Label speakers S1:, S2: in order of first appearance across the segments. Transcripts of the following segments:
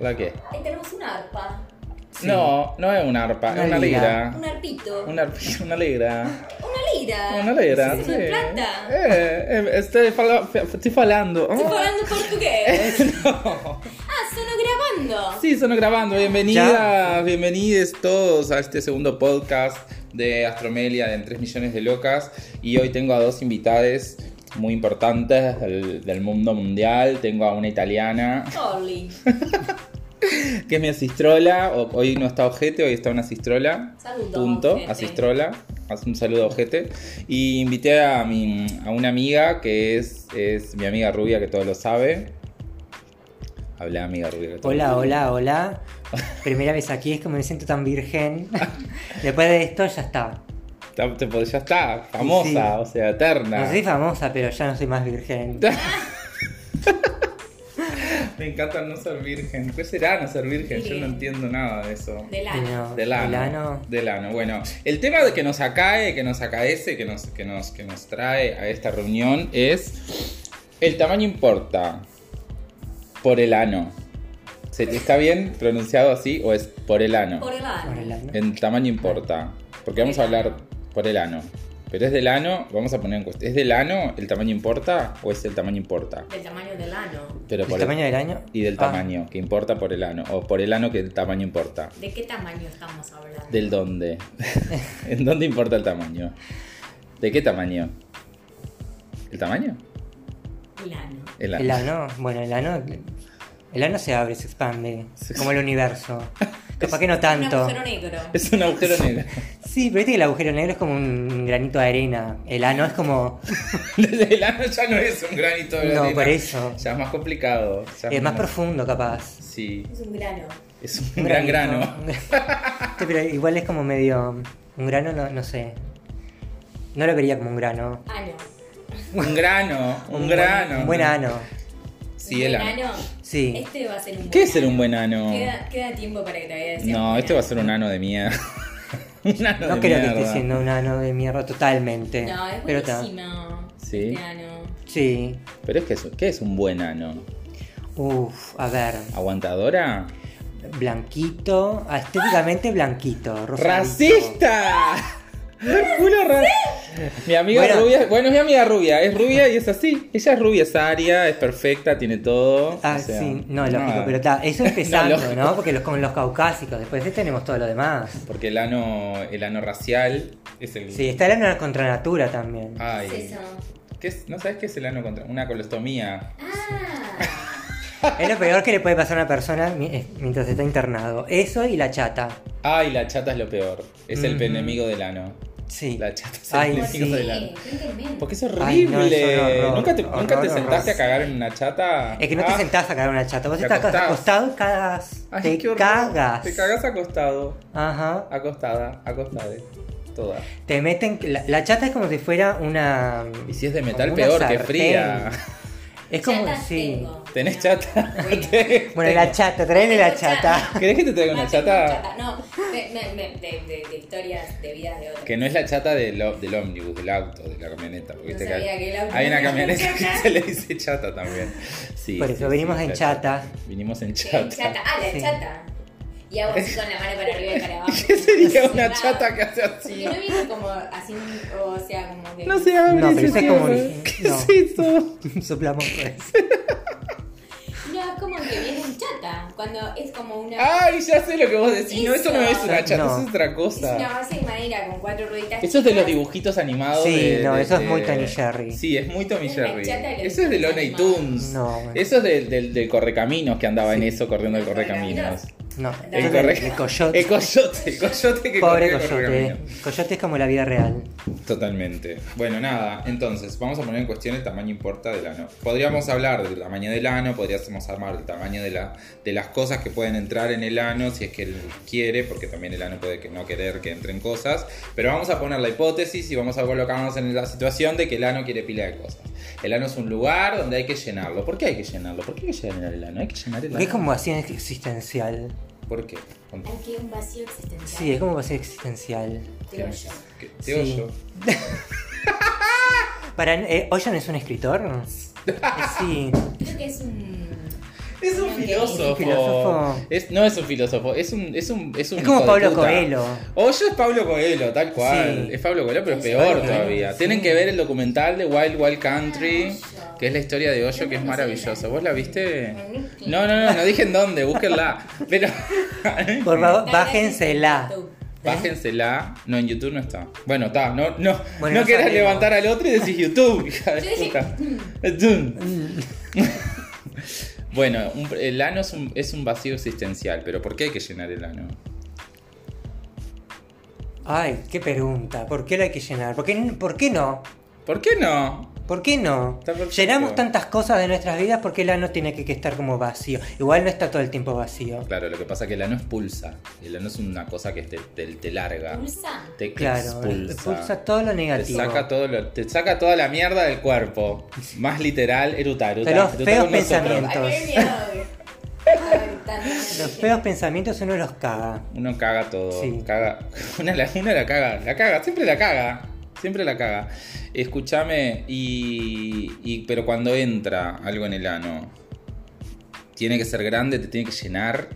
S1: ¿La qué?
S2: Eh, tenemos una arpa.
S1: No, no es una arpa,
S3: Una
S1: es una
S3: lira.
S1: lira.
S2: Un arpito.
S1: Una, arp- una lira.
S2: Una lira.
S1: Ah. Una lira,
S2: Ah, Sí,
S1: sí.
S2: una planta.
S1: Eh, eh, estoy, fala- f- estoy falando.
S2: Estoy
S1: Oh.
S2: hablando portugués.
S1: Eh, No.
S2: Ah, sono grabando.
S1: Sí, estamos grabando. Bienvenidas, bienvenidos todos a este segundo podcast de Astromelia de En 3 millones de locas. Y hoy tengo a dos invitadas muy importantes del, del mundo mundial. Tengo a una italiana
S2: Polly.
S1: que es mi asistrola. O- Hoy no está ojete, hoy está una asistrola.
S2: Saludos,
S1: Punto,
S2: ojete.
S1: asistrola. Haz un saludo ojete. Y invité a, mi, a una amiga que es, es mi amiga rubia que todo lo sabe. Habla amiga rubia que todo lo
S3: Hola, hola, hola. Primera vez aquí es que me siento tan virgen. Después de esto ya está.
S1: Ya te pod- ya está, famosa,
S3: Sí.
S1: o sea, eterna.
S3: No soy famosa, pero ya no soy más virgen.
S1: Me encanta no ser virgen. ¿Qué será no ser virgen? Yo no
S2: Virgen.
S1: entiendo nada de eso.
S2: Del año.
S3: Pero
S1: Del ano.
S3: el ano,
S1: Del ano. Bueno, el tema de que nos acae, que nos acaece, que nos, que nos, que nos trae a esta reunión es el tamaño importa por el ano. ¿Se- ¿Está bien pronunciado así o es por el ano?
S2: Por el
S3: por el
S2: año.
S3: ano.
S1: El tamaño importa. Porque vamos a hablar por el ano. Pero es del ano, vamos a poner en cuestión. ¿Es del ano el tamaño importa o es el tamaño importa?
S2: Del tamaño del ano.
S1: Pero
S3: ¿El
S1: por
S3: tamaño del año?
S1: Y del
S3: Ah,
S1: tamaño, que importa por el ano. O por el ano que el tamaño importa.
S2: ¿De qué tamaño estamos hablando?
S1: ¿Del dónde? ¿En dónde importa el tamaño? ¿De qué tamaño? ¿El tamaño?
S2: El ano.
S1: El ano.
S3: El ano, bueno, el ano. El ano se abre, se expande. Como el universo. Capaz que no
S2: Un
S3: tanto.
S2: agujero negro.
S1: Es un agujero negro.
S3: Sí, pero viste que el agujero negro es como un granito de arena. El ano es como.
S1: el ano ya no es un granito de
S3: No,
S1: arena.
S3: por eso.
S1: Ya es más complicado. ya
S3: Es más
S1: menos-
S3: profundo, capaz.
S1: Sí,
S2: Es un grano.
S1: es un gran grano.
S3: Sí, pero igual es como medio. Un grano, no, no sé. No lo vería como un grano.
S2: Ano.
S1: Un grano, un, grano.
S3: Buen, un buen ano.
S1: Sí,
S2: Un
S1: el
S2: buen
S1: ano.
S3: Sí.
S2: Este va a ser un buen
S1: ¿Qué es ser un buen ano?
S2: Queda, queda tiempo para que te vaya a decir.
S1: No, este va a ser un ano de mierda. un ano
S3: No
S1: de
S3: creo que esté
S1: mierda.
S3: siendo un ano de mierda totalmente.
S2: No, es
S3: pero está.
S2: buenísimo.
S1: Sí.
S2: Este ano.
S3: Sí.
S1: Pero es que es, ¿qué es un buen ano?
S3: Uf, a ver.
S1: ¿Aguantadora?
S3: Blanquito. ah, Estéticamente blanquito. rosadito.
S1: ¡Racista! Una ra- Mi amiga
S3: Bueno.
S1: rubia, bueno, es mi amiga rubia, es rubia y es así. Ella es rubia, es aria, es perfecta, tiene todo.
S3: Ah,
S1: o sea,
S3: sí, no, lógico,
S1: nada.
S3: pero está, eso empezando,
S1: lógico.
S3: ¿no? Porque los, con los caucásicos, después de este tenemos todo lo demás.
S1: Porque el ano, el ano racial es el.
S3: Sí, está el ano contra natura también.
S1: Ay.
S2: ¿Qué es eso?
S1: ¿Qué es- ¿No sabes qué es el ano contra? Una colostomía.
S2: Ah.
S3: Es lo peor que le puede pasar a una persona mi- eh, mientras está internado. Eso y la chata.
S1: Ay, la chata es lo peor. Es el
S3: Ujú.
S1: enemigo del ano.
S3: Sí.
S1: La chata es el
S3: Ay,
S2: ¿Por
S1: enemigo
S3: sí.
S1: del ano.
S2: qué? Cuéntenme.
S1: Porque es
S3: Ay,
S1: horrible.
S3: no, es un horror,
S1: ¿Nunca te,
S3: horror,
S1: nunca te
S3: horror.
S1: sentaste a cagar en una chata?
S3: Es que no te
S1: Ah.
S3: sentás a cagar una chata. Vos
S1: Te
S3: estás
S1: acostás.
S3: acostado y cagas.
S1: Ay, qué
S3: te
S1: horror.
S3: cagas.
S1: Te cagas acostado.
S3: Ajá.
S1: Acostada, acostade. Toda.
S3: Te meten. La, la chata es como si fuera una.
S1: Y si es de metal,
S3: como una
S1: peor, que
S3: sartén.
S1: fría.
S3: Es como.
S2: Chatas
S3: sí.
S2: tengo.
S1: ¿Tenés
S2: No.
S1: chata?
S2: Bueno.
S1: ¿Tenés-
S3: Bueno, la chata, traele la
S2: Tengo
S3: chata.
S1: ¿Querés que te traiga
S2: No,
S1: una
S2: tengo
S1: chata?
S2: No, me- me- me- de, de- de historias de vidas de otros.
S1: Que no es la chata del, o- del ómnibus, del auto, de la camioneta. Porque
S2: No
S1: viste
S2: sabía
S1: hay-
S2: que el auto
S1: hay una
S2: era una
S1: camioneta que
S2: chata.
S1: se le dice chata también. Sí,
S3: Por
S1: sí,
S3: eso,
S1: sí,
S3: venimos
S1: la
S3: en chata.
S1: Vinimos en
S2: Sí,
S1: chata.
S2: chata. Ah, la
S3: Sí.
S2: chata. Y hago así con la mano para arriba y para abajo.
S1: ¿Qué sería una
S2: Cerrado.
S1: chata que hace así?
S2: Porque no viene como así, o sea, como que.
S1: No sé,
S3: No,
S1: abre
S3: pero
S1: ese
S3: ese es como
S1: cierre.
S3: un-
S1: ¿Qué
S3: no.
S1: es eso?
S3: Soplamos pues.
S2: No, es como que viene en chata. Cuando es como una.
S1: Ay, ya sé lo que vos decís. No, eso no es una
S3: Eso.
S1: chata,
S3: No.
S1: eso es otra
S2: es una
S1: cosa.
S2: base de madera con cuatro rueditas.
S1: Eso es de los
S2: chicas.
S1: dibujitos animados.
S3: Sí,
S1: de-
S3: no,
S1: de-
S3: eso es
S1: de-
S3: muy Tom y Jerry.
S1: Sí, es muy Tom y
S2: Es la
S1: Jerry.
S2: chata de los
S1: Eso es de
S2: dibujitos
S1: Looney
S2: animados.
S1: Tunes.
S3: No, bueno.
S1: Eso es del, del, del correcaminos que andaba en eso corriendo el
S2: ¿El
S1: correcaminos.
S3: No,
S2: El
S3: el,
S1: corre-
S3: el coyote.
S1: El coyote, el coyote que
S3: Pobre
S1: corría el
S3: coyote.
S1: correcaminos.
S3: Coyote es como la vida real.
S1: Totalmente. Bueno, nada, entonces vamos a poner en cuestión el tamaño importa del ano. Podríamos hablar del tamaño del ano, podríamos armar el tamaño de, la, de las cosas que pueden entrar en el ano, si es que él quiere, porque también el ano puede que no querer que entren cosas, pero vamos a poner la hipótesis y vamos a colocarnos en la situación de que el ano quiere pila de cosas. El ano es un lugar donde hay que llenarlo. ¿Por qué hay que llenarlo? ¿Por qué hay que llenar el ano? Hay que llenar el
S3: Porque es
S1: ano.
S3: como así existencial.
S1: ¿Por qué? Con-
S2: Hay que un vacío existencial.
S3: Sí, es como así existencial.
S2: Creo yo.
S1: ¿Qué- Te
S3: Sí.
S1: oyo.
S3: Para, eh, ¿Oyan es un escritor? Eh, Sí.
S2: Creo que es un.
S4: Es un
S2: Ok.
S4: filósofo.
S3: Filósofo.
S1: Es- no es un filósofo, es un. Es, un, es, un
S3: Es
S1: hijo
S3: como
S1: de
S3: Pablo
S1: puta.
S3: Coelho.
S1: O yo es Pablo Coelho, tal cual.
S3: Sí.
S1: Es Pablo Coelho, pero
S4: Es
S1: peor
S4: Pablo
S1: todavía.
S4: Coelho,
S1: Tienen
S4: sí.
S1: que ver el documental de Wild Wild Country,
S2: Maravilloso.
S1: que es la historia de Hoyo, que es
S2: Tenemos
S1: maravillosa.
S2: el-
S1: ¿Vos la viste?
S2: el-
S1: No, no, no, no dije en dónde, búsquenla. Pero ¿Eh?
S3: Por favor, Oh, bájensela.
S1: bájensela. No, en YouTube no está. Bueno, está. No, no,
S3: Bueno,
S1: no
S3: no
S1: querés
S3: sabemos.
S1: levantar al otro y decís YouTube, hija de
S2: Yo dije,
S1: puta. Zoom. bueno, un- el ano es un, es un vacío existencial, pero ¿por qué hay que llenar el ano?
S3: Ay, qué pregunta. ¿Por qué la hay que llenar? ¿Por qué, por qué no?
S1: ¿Por qué no?
S3: ¿Por qué no?
S1: Está perfecto.
S3: Llenamos tantas cosas de nuestras vidas porque el ano tiene que, que estar como vacío. Igual no está todo el tiempo vacío.
S1: Claro, lo que pasa es que el ano expulsa. El ano es una cosa que te, te- te larga.
S2: Pulsa.
S1: Te
S3: Claro,
S1: expulsa.
S3: expulsa todo lo
S1: Te
S3: negativo.
S1: saca, todo lo- te saca toda la mierda del cuerpo. Más literal, erutar. erutar,
S3: De los
S1: erutar
S3: feos
S1: con nosotros.
S3: pensamientos. Los
S2: Los
S3: feos pensamientos uno los caga.
S1: Uno caga todo.
S3: Sí.
S1: Caga. Una, la, una la caga. La caga. Siempre la caga. Siempre la caga. Escúchame. Y, y- Pero cuando entra algo en el ano, ¿tiene que ser grande? ¿Te tiene que llenar?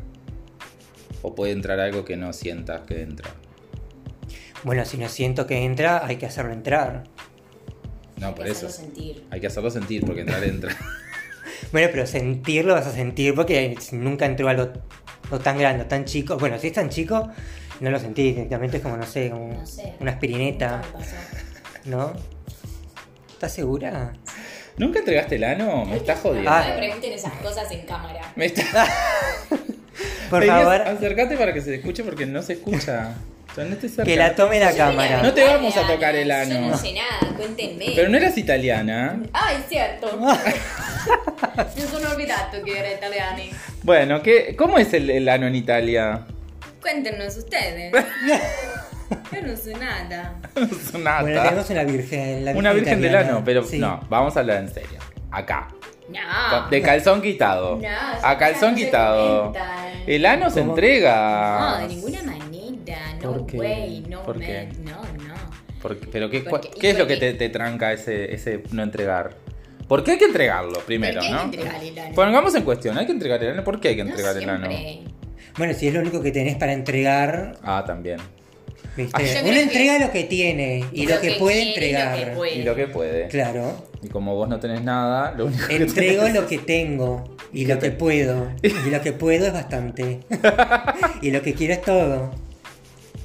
S1: ¿O puede entrar algo que no sientas que entra?
S3: Bueno, si no siento que entra, hay que hacerlo entrar.
S1: No, por eso.
S2: sentir.
S1: Hay que hacerlo sentir porque entrar entra.
S3: Bueno, pero sentirlo vas a sentir porque si nunca entró algo o tan grande o tan chico. Bueno, si es tan chico, no lo sentís directamente, es como, no sé, como
S2: No sé.
S3: una aspirineta,
S2: Nunca me pasó.
S3: ¿no? ¿Estás segura?
S1: ¿Nunca entregaste el ano? Me estás jodiendo.
S3: Ah.
S2: No me pregunten esas cosas en cámara.
S1: Me está...
S3: Por
S1: Venías-
S3: favor,
S1: Acércate para que se escuche porque no se escucha. O sea, no te
S3: que
S1: acercas.
S3: la tome la
S2: Yo
S3: cámara.
S1: No
S2: No
S1: te vamos a tocar el
S2: Yo
S1: ano.
S2: no sé nada, cuéntenme.
S1: Pero no eras italiana.
S2: Ah, es cierto. Me sono olvidato que era italiano.
S1: Bueno, ¿qué, ¿cómo es el, el ano en Italia?
S2: Cuéntenos ustedes. Yo no sé nada.
S1: Nada.
S3: Bueno, tenemos una virgen. La
S1: Una virgen del
S3: italiana.
S1: ano, pero
S3: Sí.
S1: no, vamos a hablar en serio. Acá.
S2: No.
S1: De calzón quitado.
S2: Ah. No,
S1: a calzón
S2: no se
S1: quitado.
S2: comentan.
S1: El ano se
S3: ¿Cómo?
S1: entrega.
S2: No, de ninguna manera. No
S1: ¿Por qué?
S2: way, no
S1: ¿Por qué?
S2: man, no, no.
S1: ¿Por qué- pero ¿qué,
S2: ¿Por
S1: cua-
S2: qué?
S1: qué es lo
S2: ¿Por
S1: que
S2: qué?
S1: te, te tranca ese, ese no entregar? ¿Por qué hay que entregarlo primero,
S2: ¿Por qué hay
S1: no?
S2: que entregar el ano?
S1: Pongamos en cuestión, ¿hay que entregar el ano? ¿Por qué hay que
S2: No
S1: entregar el ano?
S2: siempre.
S3: Bueno, si es lo único que tenés para entregar,
S1: Ah, también.
S3: ¿viste?
S1: Ah, yo
S3: uno
S2: creo
S3: entrega lo que tiene y lo, que, puede
S2: quiere y lo
S3: entregar.
S2: que puede.
S1: Y lo que puede.
S3: Claro.
S1: Y como vos no tenés nada, lo único que
S3: Entrego
S1: tenés-
S3: lo que tengo y lo que puedo. Y lo que puedo es bastante. Y lo que quiero es todo.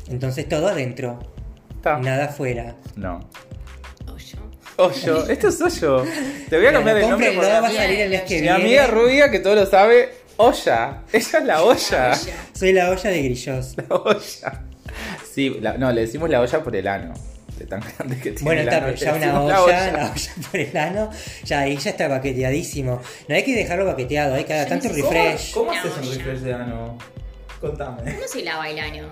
S3: Entonces todo adentro,
S1: Está.
S3: nada afuera.
S1: No.
S2: O Oh, yo.
S1: Hoyo, esto es hoyo. Te voy a
S3: Pero
S1: cambiar el nombre
S3: compren,
S1: por
S3: no
S1: la
S3: va a eh.
S1: mía.
S3: salir el mes que
S1: Mi
S3: viene.
S1: amiga rubia que todo lo sabe, olla. Ella es la olla.
S2: Ah,
S3: Soy la olla de grillos.
S1: La olla. Sí, la- no, le decimos la olla por el ano. De tan grande que tiene
S3: Bueno,
S1: el
S3: está,
S1: ano,
S3: pero
S1: le
S3: ya una
S1: decimos
S3: olla,
S1: la
S3: la olla por el ano, ya ahí ya está baqueteadísimo. No hay que dejarlo baqueteado, hay que dar
S2: Yo
S3: tanto
S2: no sé.
S3: refresh.
S2: ¿Cómo haces un refresh
S1: de ano? Contame.
S2: ¿Cómo se lava el ano?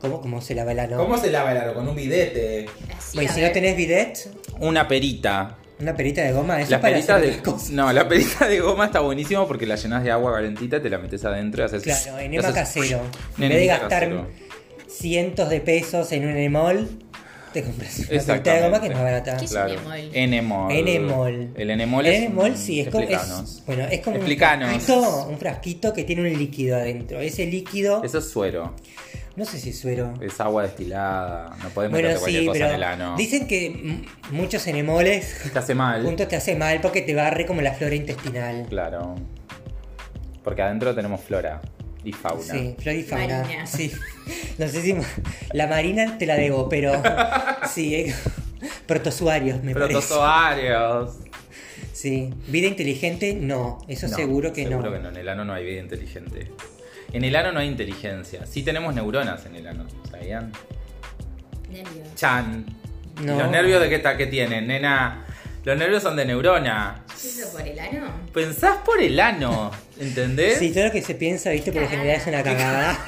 S3: ¿Cómo, cómo se lava el ano?
S1: se lava el ano? ¿Con un bidete?
S2: Así,
S3: Bueno,
S2: a
S3: si no
S2: ver.
S3: tenés bidet,
S1: Una perita.
S3: una perita de goma, eso
S1: La
S3: es para
S1: perita
S3: hacer
S1: de,
S3: otras cosas.
S1: no, la perita de goma está buenísimo porque la llenas de agua calentita, te la metes adentro y haces.
S3: Claro,
S1: y
S3: enema
S1: haces-
S3: casero.
S1: Un
S3: En vez de
S1: enema
S3: gastar
S1: casero.
S3: cientos de pesos en un emol, te compras una perita de
S1: Exactamente.
S3: goma que es más barata.
S2: ¿Qué es
S1: Claro.
S2: un emol?
S1: Enemol.
S3: Enemol.
S1: El enemol
S3: El
S1: es. un-
S3: emol sí, es como, es,
S1: explicanos.
S3: bueno, es como un
S1: Explicanos.
S3: frasquito, un frasquito que tiene un líquido adentro. Ese líquido,
S1: Eso es suero.
S3: no sé si es suero.
S1: Es agua destilada. No podemos
S3: Bueno,
S1: meter cualquier
S3: sí,
S1: cosa en el
S3: pero
S1: ano.
S3: dicen que m- muchos enemoles
S1: Te hace mal.
S3: juntos te hace mal porque te barre como la flora intestinal.
S1: Claro. Porque adentro tenemos flora y fauna.
S3: Sí, flora y fauna.
S2: Marina.
S3: Sí. No sé si la marina te la debo, pero sí, eh, protozoarios me parece.
S1: Protozoarios.
S3: Sí, vida inteligente no, eso
S1: No,
S3: seguro que
S1: seguro
S3: no.
S1: que no. En el ano no hay vida inteligente. En el ano no hay inteligencia. Sí tenemos neuronas en el ano. ¿Sabían?
S2: Nervio.
S1: Chan.
S3: No.
S1: ¿Los nervios de qué, ta- qué tienen, nena? Los nervios son de neurona.
S2: ¿Es eso por el ano?
S1: Pensás por el ano, ¿entendés?
S3: Sí, todo lo que se piensa, viste, por lo general es una cagada.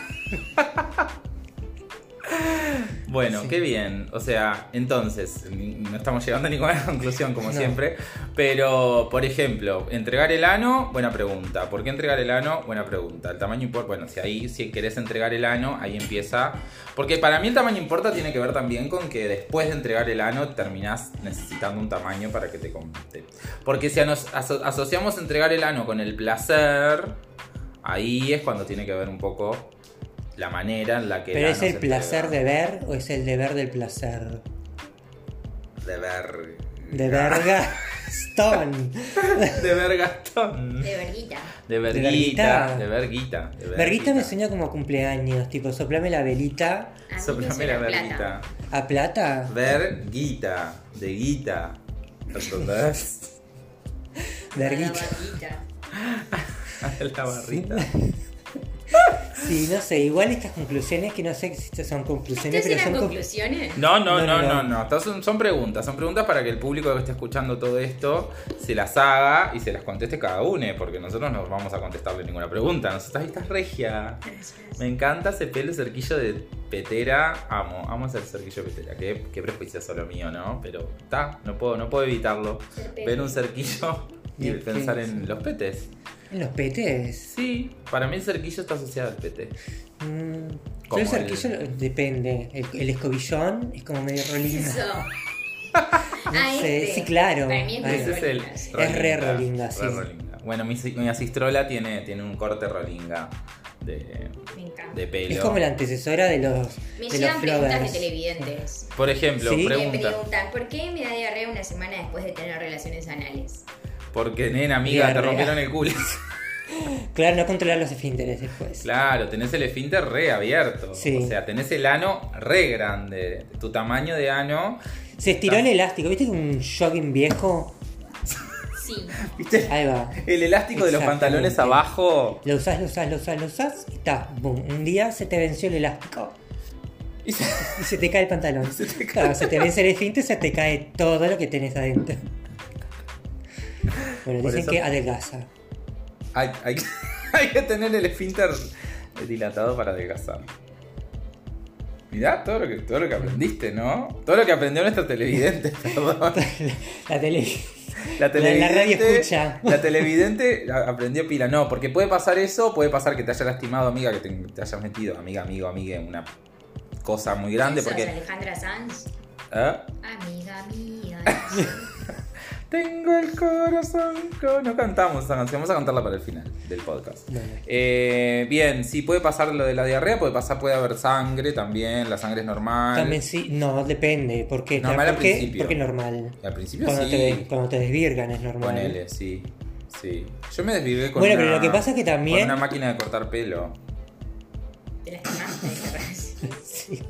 S1: Bueno,
S3: Sí.
S1: qué bien. O sea, entonces, ni- no estamos llegando a ninguna conclusión como
S3: No.
S1: siempre. Pero, por ejemplo, entregar el ano, buena pregunta. ¿Por qué entregar el ano? Buena pregunta. El tamaño importa. Bueno, si ahí, si querés entregar el ano, ahí empieza. Porque para mí el tamaño importa tiene que ver también con que después de entregar el ano terminás necesitando un tamaño para que te compete. Porque si nos aso- asociamos entregar el ano con el placer, ahí es cuando tiene que ver un poco la manera en la que.
S3: Pero
S1: ano
S3: es
S1: se
S3: el placer
S1: entrega.
S3: de ver o es el deber del placer.
S1: De ver.
S3: De verga. Stone.
S1: De vergastón.
S2: De verguita.
S1: De verguita.
S3: verguita.
S1: De verguita. de
S3: Verguita me sueña como cumpleaños, tipo, soplame la velita
S2: A mí me
S1: Soplame
S2: suena
S1: la
S2: a plata.
S1: verguita.
S3: a plata.
S1: Verguita. De guita. ¿Entendés?
S3: Verguita.
S2: A la verguita.
S1: Ah, La barrita.
S3: Sí, no sé, igual estas conclusiones que no sé si estas son
S2: ¿Estas
S3: conclusiones, pero son
S2: eran
S3: con-
S2: conclusiones?
S1: No, no,
S3: No,
S1: no, no,
S3: no, no.
S1: no. Estas Son, son preguntas. Son preguntas para que el público que esté escuchando todo esto se las haga y se las conteste cada uno. Porque nosotros no vamos a contestarle ninguna pregunta. Nos estás, estás regia. Me encanta ese pelo cerquillo de petera. Amo, amo ese cerquillo de petera. Qué, qué prejuicioso lo mío, ¿no? Pero está, no puedo, no puedo evitarlo. Ver un cerquillo y
S3: Bien,
S1: pensar
S3: sí.
S1: en los petes.
S3: ¿En los petes.
S1: Sí, para mí el cerquillo está asociado al pete.
S3: Mm, Yo
S1: Como
S3: el cerquillo
S1: el-
S3: depende. El, el escobillón es como medio rolinga.
S2: Eso.
S3: No
S2: Ah,
S3: sé,
S2: este.
S3: sí, claro.
S2: Para mí es este.
S3: Ahí
S2: muy
S1: Ese es el.
S2: rolinga, sí.
S3: Es re rolinga,
S1: re
S3: sí.
S1: rolinga. Bueno, mi, mi asistrola tiene, tiene un corte rolinga de,
S2: Me encanta.
S1: de pelo.
S3: Es como la antecesora de los,
S2: Me
S3: de los
S2: llegan preguntas de
S3: flowers.
S2: televidentes.
S1: Por ejemplo,
S3: Sí.
S2: Me
S1: pregunta.
S2: preguntan, ¿por qué me da diarrea una semana después de tener relaciones anales?
S1: Porque, nena, amiga, te
S3: Diarrea.
S1: rompieron el culo.
S3: Claro, no controlar los esfínteres después.
S1: Claro, tenés el esfínter re abierto.
S3: Sí.
S1: O sea, tenés el ano re grande. Tu tamaño de ano.
S3: Se estiró el elástico, ¿viste un jogging viejo?
S2: Sí.
S1: ¿Viste?
S3: Ahí va.
S1: El elástico de los
S3: Exactamente.
S1: pantalones abajo.
S3: Lo usás, lo usás, lo usás, lo usás y está, boom. Un día se te venció el elástico
S1: Y se-
S3: y se te cae el pantalón. se, te se te vence el esfínter y se te cae todo lo que tenés adentro. Bueno,
S1: Por
S3: dicen
S1: eso-
S3: que adelgaza.
S1: Hay, hay- hay que tener el esfínter dilatado para adelgazar. Mirá todo lo que, todo lo que aprendiste, ¿no? Todo lo que aprendió nuestro televidente, perdón.
S3: La tele.
S1: La televidente,
S3: radio escucha.
S1: la televidente a- aprendió pila. No, porque puede pasar eso, puede pasar que te haya lastimado, amiga, que te, te hayas metido, amiga, amigo, amiga, en una cosa muy grande.
S2: ¿Sos
S1: Porque.
S2: Alejandra Sanz?
S1: ¿Eh?
S2: Amiga mía.
S1: Tengo el corazón. con- No cantamos esa canción, vamos a cantarla para el final del podcast.
S3: Bueno.
S1: Eh, bien, sí, puede pasar lo de la diarrea, puede pasar, puede haber sangre también, la sangre es normal.
S3: Ah, También sí, no, depende. ¿Por qué?
S1: Normal al
S3: ¿Por qué?
S1: principio.
S3: Porque es normal.
S1: Al principio
S3: Cuando,
S1: sí,
S3: te, cuando te desvirgan es normal.
S1: ponele, sí, sí. Yo me desvivé con
S3: Bueno,
S1: una,
S3: pero lo que pasa es que también-
S1: Con una máquina de cortar pelo.
S2: Te lastimaste, te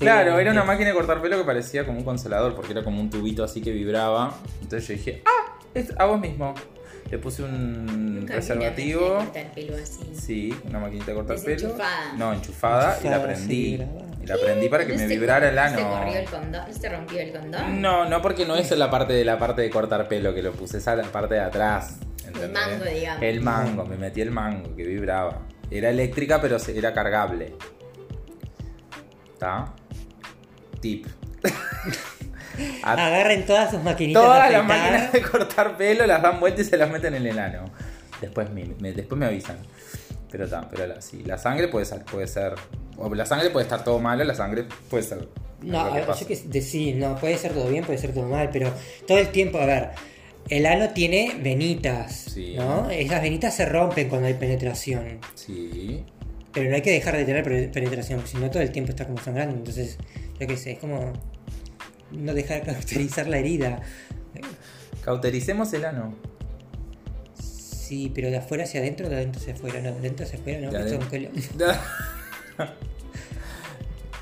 S1: claro,
S3: Sí,
S1: era una máquina de cortar pelo que parecía como un consolador, porque era como un tubito así que vibraba. Entonces yo dije, ah, es a vos mismo. Le puse un
S2: Nunca vi una
S1: preservativo.
S2: máquina de cortar pelo así.
S1: Sí, una maquinita de cortar pelo.
S2: Desenchufada.
S1: No, enchufada, y la
S3: Enchufada,
S1: prendí.
S3: sí, grabada.
S1: y la prendí para que
S2: ¿No
S1: me
S2: se-
S1: vibrara el
S2: no se corrió
S1: ano.
S2: el condón? ¿No se rompió el condón?
S1: No, no porque no es la parte de la parte de cortar pelo que lo puse, esa la parte de atrás. ¿entendés?
S2: El mango, digamos.
S1: El
S3: Mm.
S1: mango, me metí el mango que vibraba. Era eléctrica, pero se- era cargable. ¿Está? Tip. A
S3: Agarren todas sus maquinitas.
S1: Todas
S3: de
S1: las
S3: afeitar.
S1: máquinas de cortar pelo las dan vuelta y se las meten en el ano. Después me, me- después me avisan. Pero ta, pero la, sí, la sangre puede ser, puede ser. o la sangre puede estar todo malo, la sangre puede ser.
S3: No,
S1: lo
S3: a ver,
S1: pasa.
S3: yo que de- sí, no, puede ser todo bien, puede ser todo mal, pero todo el tiempo, a ver, el ano tiene venitas,
S1: Sí.
S3: ¿no? Esas venitas se rompen cuando hay penetración,
S1: Sí.
S3: pero no hay que dejar de tener pre- penetración, porque si no todo el tiempo está como sangrando, entonces, yo qué sé, es como no dejar caracterizar la herida.
S1: Cautericemos el ano.
S3: Sí, pero de afuera hacia adentro, de adentro hacia afuera, no, de adentro hacia afuera, no,
S1: De
S3: que esto es un
S1: adentro.
S3: colo-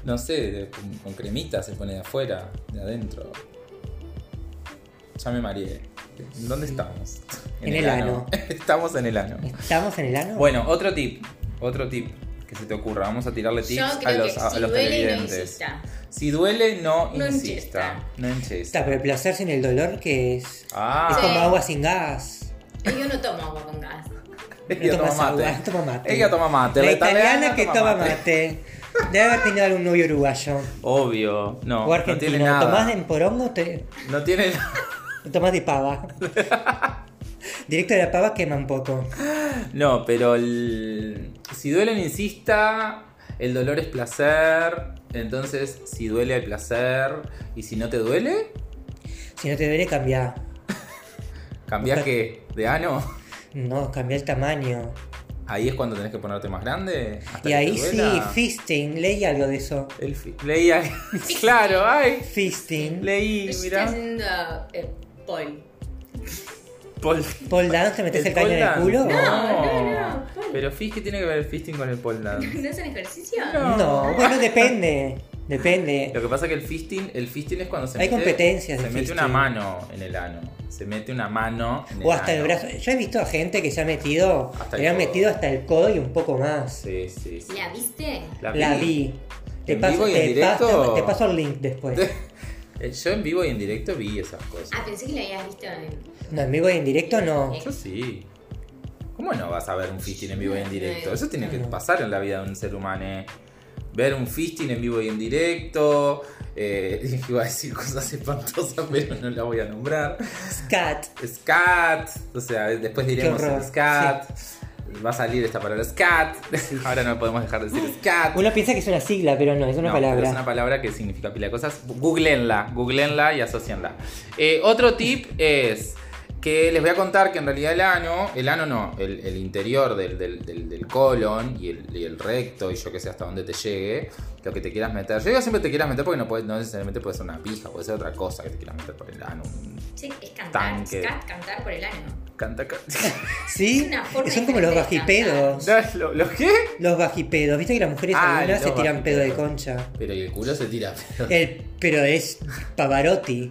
S1: No sé, de- con, con cremita se pone de afuera, de adentro. Ya me mareé. ¿Dónde estamos?
S3: En el ano.
S1: estamos en el ano.
S3: ¿Estamos en el ano?
S1: Bueno, otro tip, otro tip que se te ocurra. Vamos a tirarle tips
S2: Yo
S1: a
S2: creo
S1: los,
S2: que
S1: a-
S2: si
S1: a los
S2: duele no
S1: televidentes.
S2: insista.
S1: si duele, no,
S2: No
S1: insista.
S2: insista.
S1: No insista.
S3: Está, pero el placer sin el dolor, que es?
S1: Ah,
S3: Es como
S2: Sí.
S3: agua sin gas.
S2: Yo no tomo agua con gas.
S1: ella
S3: no
S1: toma
S3: tomas
S1: mate.
S3: agua, toma mate.
S1: Ella toma mate.
S3: La italiana que toma
S1: mate.
S3: mate. Debe haber tenido algún novio uruguayo.
S1: Obvio. No,
S3: o
S1: no tiene
S3: argentino.
S1: nada.
S3: ¿Tomás en porongo? Te...
S1: No tiene
S3: Tomás de pava. Directo de la pava quema un poco.
S1: No, pero el- si duele no insista, el dolor es placer. Entonces, si duele hay placer. Y si no te duele,
S3: Si no te duele, cambiar.
S1: cambiás
S3: Ojalá.
S1: que de ano.
S3: No, cambia el tamaño.
S1: Ahí es cuando tenés que ponerte más grande. hasta
S3: y
S1: que
S3: ahí
S1: te
S3: sí,
S1: duela.
S3: fisting. Leí algo de eso.
S1: El fi- leí ahí. claro, ay.
S3: Fisting.
S1: Leí,
S2: Yo estoy
S1: mirá.
S2: haciendo eh, pol.
S1: Pol-
S3: Paul Dance, ¿te metes el, caño
S1: pole
S3: en el
S1: dance.
S3: culo?
S2: No, no, no, pole.
S1: Pero fis que tiene que ver el fisting con el pole dance.
S2: ¿No es un ejercicio?
S1: Ah. No.
S3: No, bueno, depende. Depende.
S1: Lo que pasa es que el fisting, el fisting es cuando se
S3: Hay
S1: mete,
S3: competencias
S1: se
S3: de
S1: mete
S3: fisting.
S1: una mano en el ano. Se mete una mano en
S3: O hasta el
S1: ano.
S3: brazo. Yo he visto a gente que se ha metido.
S1: Hasta
S3: que
S1: el
S3: le han
S1: codo.
S3: metido hasta el codo y un poco más.
S1: Sí, sí, sí.
S2: ¿La viste?
S3: La vi. Te
S1: ¿En
S3: paso,
S1: vivo y en
S3: te
S1: directo?
S3: paso- te paso el link después.
S1: Eh, Yo en vivo y en directo vi esas cosas.
S2: Ah, pensé que la habías visto en...
S3: No, en vivo y en directo no.
S1: Yo sí. ¿Cómo no vas a ver un fisting en vivo y en directo? Eso tiene que
S3: No.
S1: pasar en la vida de un ser humano. eh. Ver un fisting en vivo y en directo. Eh, iba a decir cosas espantosas, pero no la voy a nombrar.
S3: Scat.
S1: Scat. O sea, después diremos
S3: horror,
S1: el scat. Va a salir esta palabra scat. Ahora no podemos dejar de decir scat.
S3: Uno piensa que es una sigla, pero no, es una
S1: No, pero
S3: palabra.
S1: Es una palabra que significa pila de cosas. Googleenla, googleenla y asocienla. Eh, otro tip es que les voy a contar que en realidad el ano, el ano no, el, el interior del, del- del- del colon y el, y el recto y yo que sé hasta dónde te llegue, lo que te quieras meter. Yo digo siempre te quieras meter porque no, puedes, no necesariamente puede ser una pija, puede ser otra cosa que te quieras meter por el ano. un
S2: Sí, es cantar.
S1: Tanque.
S2: Scat, cantar por el ano.
S1: Canta, canta.
S3: ¿Sí?
S2: Es una forma
S3: Son como los
S2: diferente de
S3: bajipedos.
S1: ¿Lo, lo qué?
S3: Los bajipedos. Viste que las mujeres
S1: Ah,
S3: algunas se
S1: los
S3: tiran pedo de
S1: bajipedos.
S3: concha.
S1: Pero y el culo se tira.
S3: El, pero es Pavarotti.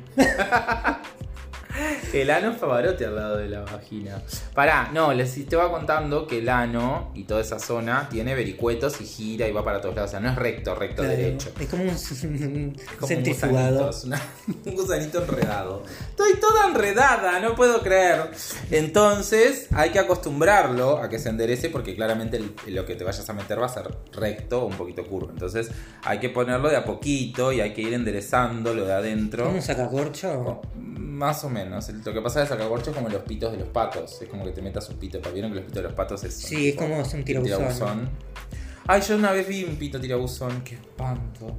S1: El ano es Pavarotti al lado de la vagina. Pará, no, les estaba contando que el ano y toda esa zona tiene vericuetos y gira y va para todos lados. O sea, no es recto, recto,
S3: Claro.
S1: derecho.
S3: Es como un, un
S1: Es como un gusanito,
S3: centrifugado.
S1: es una- un gusanito enredado. Estoy toda enredada, no puedo creer. Entonces hay que acostumbrarlo a que se enderece porque claramente el- lo que te vayas a meter va a ser recto o un poquito curvo. Entonces hay que ponerlo de a poquito y hay que ir enderezando lo de adentro.
S3: ¿Cómo un
S1: Oh.
S3: sacacorcho?
S1: Más o menos. Lo que pasa de sacacorcho es como los pitos de los patos. Es como que te metas un pito. ¿Vieron que los pitos de los patos es. son
S3: Sí, es
S1: tipo
S3: como es un tirabuzón.
S1: Ay, yo una vez vi un pito tirabuzón. Qué espanto.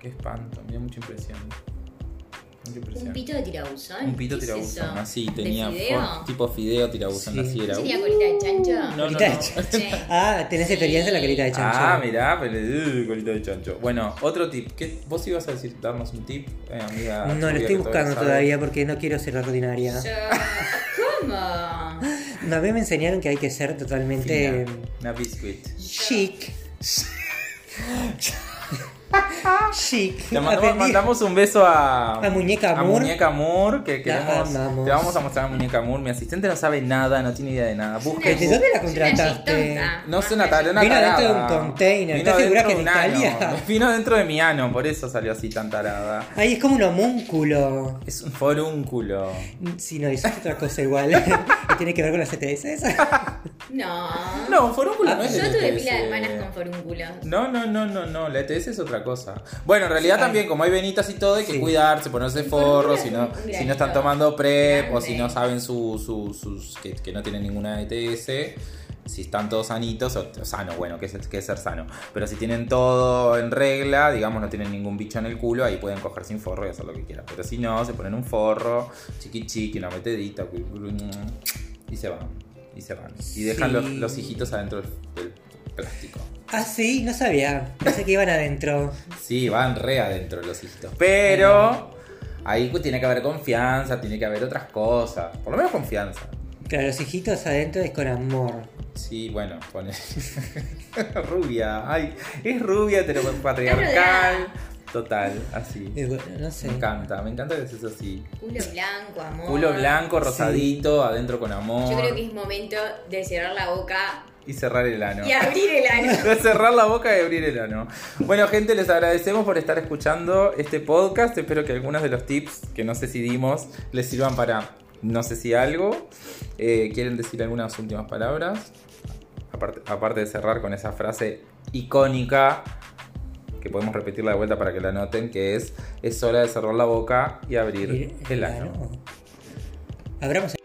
S1: Qué espanto. Me dio mucha impresión. Mucha impresión.
S2: ¿Un pito de tirabuzón?
S1: Un pito
S2: ¿Qué es
S1: tirabuzón.
S2: eso?
S1: Así tenía.
S2: ¿De fideo?
S1: for- tipo fideo tirabuzón.
S3: Sí.
S1: Así
S2: ¿No
S1: era. uh.
S2: sería colita de chancho?
S1: No, no,
S3: Colita de
S1: no.
S3: chancho.
S2: Sí.
S3: Ah, tenés experiencia en la carita de chancho.
S1: Ah, mirá, pero uh, colita de chancho. Bueno, otro tip. ¿Qué, ¿Vos ibas a decir darnos un tip, eh, amiga?
S3: no, lo
S1: Julia,
S3: estoy
S1: que
S3: buscando
S1: sabe?
S3: todavía porque no quiero ser ordinaria.
S2: Yo- ¿Cómo?
S3: Una vez me enseñaron que hay que ser totalmente
S1: Fina. Una biscuit.
S3: chic. chic.
S1: Te mandamos,
S3: Aprendí-
S1: mandamos un beso a,
S3: A Muñeca Moore.
S1: Muñeca Moore, que queremos.
S3: amamos.
S1: Te vamos a mostrar a Muñeca Moore. Mi asistente no sabe nada, no tiene idea de nada. Busca. y
S3: ¿De
S1: busca.
S3: dónde la
S2: Yo una
S3: contrataste?
S2: gistonta.
S1: No sé, una tarada.
S3: Vino dentro de un container. ¿Estás segura que en Italia?
S1: Vino dentro de mi ano, por eso salió así tan tarada.
S3: Ay, es como un homúnculo.
S1: Es un forúnculo.
S3: Si no, eso es otra cosa igual. Tiene que ver con las ETS.
S2: No.
S1: No, un forúnculo no es
S3: Ah,
S2: Yo
S1: del
S2: tuve
S1: ETS.
S2: pila de hermanas con forúnculos.
S1: No, no, no, no, no, la ETS es otra cosa. Bueno, en realidad
S3: Sí,
S1: también, como hay venitas y todo, hay que
S3: Sí.
S1: cuidarse, ponerse
S2: por lo
S1: forro,
S2: menos
S1: si no,
S2: un
S1: si no están
S2: granito
S1: tomando PrEP o
S2: grande.
S1: si no saben su, su- sus, que, que no tienen ninguna ETS. Si están todos sanitos, o, o sano, bueno, que es, que es ser sano. Pero si tienen todo en regla, digamos, no tienen ningún bicho en el culo, ahí pueden coger sin forro y hacer lo que quieran. Pero si no, se ponen un forro, chiqui chiqui, una metedita, cu- cu- y se van. Y se van. Y dejan
S3: Sí.
S1: los, los hijitos adentro del- del plástico.
S3: Ah, sí, no sabía. Pensé que iban adentro.
S1: Sí, van re adentro los hijitos. Pero ahí pues tiene que haber confianza, tiene que haber otras cosas. Por lo menos confianza.
S3: Claro, los hijitos adentro es con amor.
S1: Sí, bueno, pone. rubia. Ay, es rubia,
S2: Está
S1: heteropatriarcal.
S2: rodeada.
S1: Total, así.
S3: Eh, bueno, No sé.
S1: Me encanta, me encanta que es eso así.
S2: Culo blanco, amor.
S1: Culo blanco, rosadito, adentro con amor.
S2: Ah, Yo creo que es momento de cerrar la boca
S1: Y cerrar el ano.
S2: y abrir el ano.
S1: De cerrar la boca y abrir el ano. Bueno, gente, les agradecemos por estar escuchando este podcast. Espero que algunos de los tips que no sé si dimos les sirvan para no sé si algo. Eh, ¿Quieren decir algunas últimas palabras? Aparte, aparte de cerrar con esa frase icónica que podemos repetirla de vuelta para que la noten, que es es hora de cerrar la boca y abrir el ano.
S3: Abramos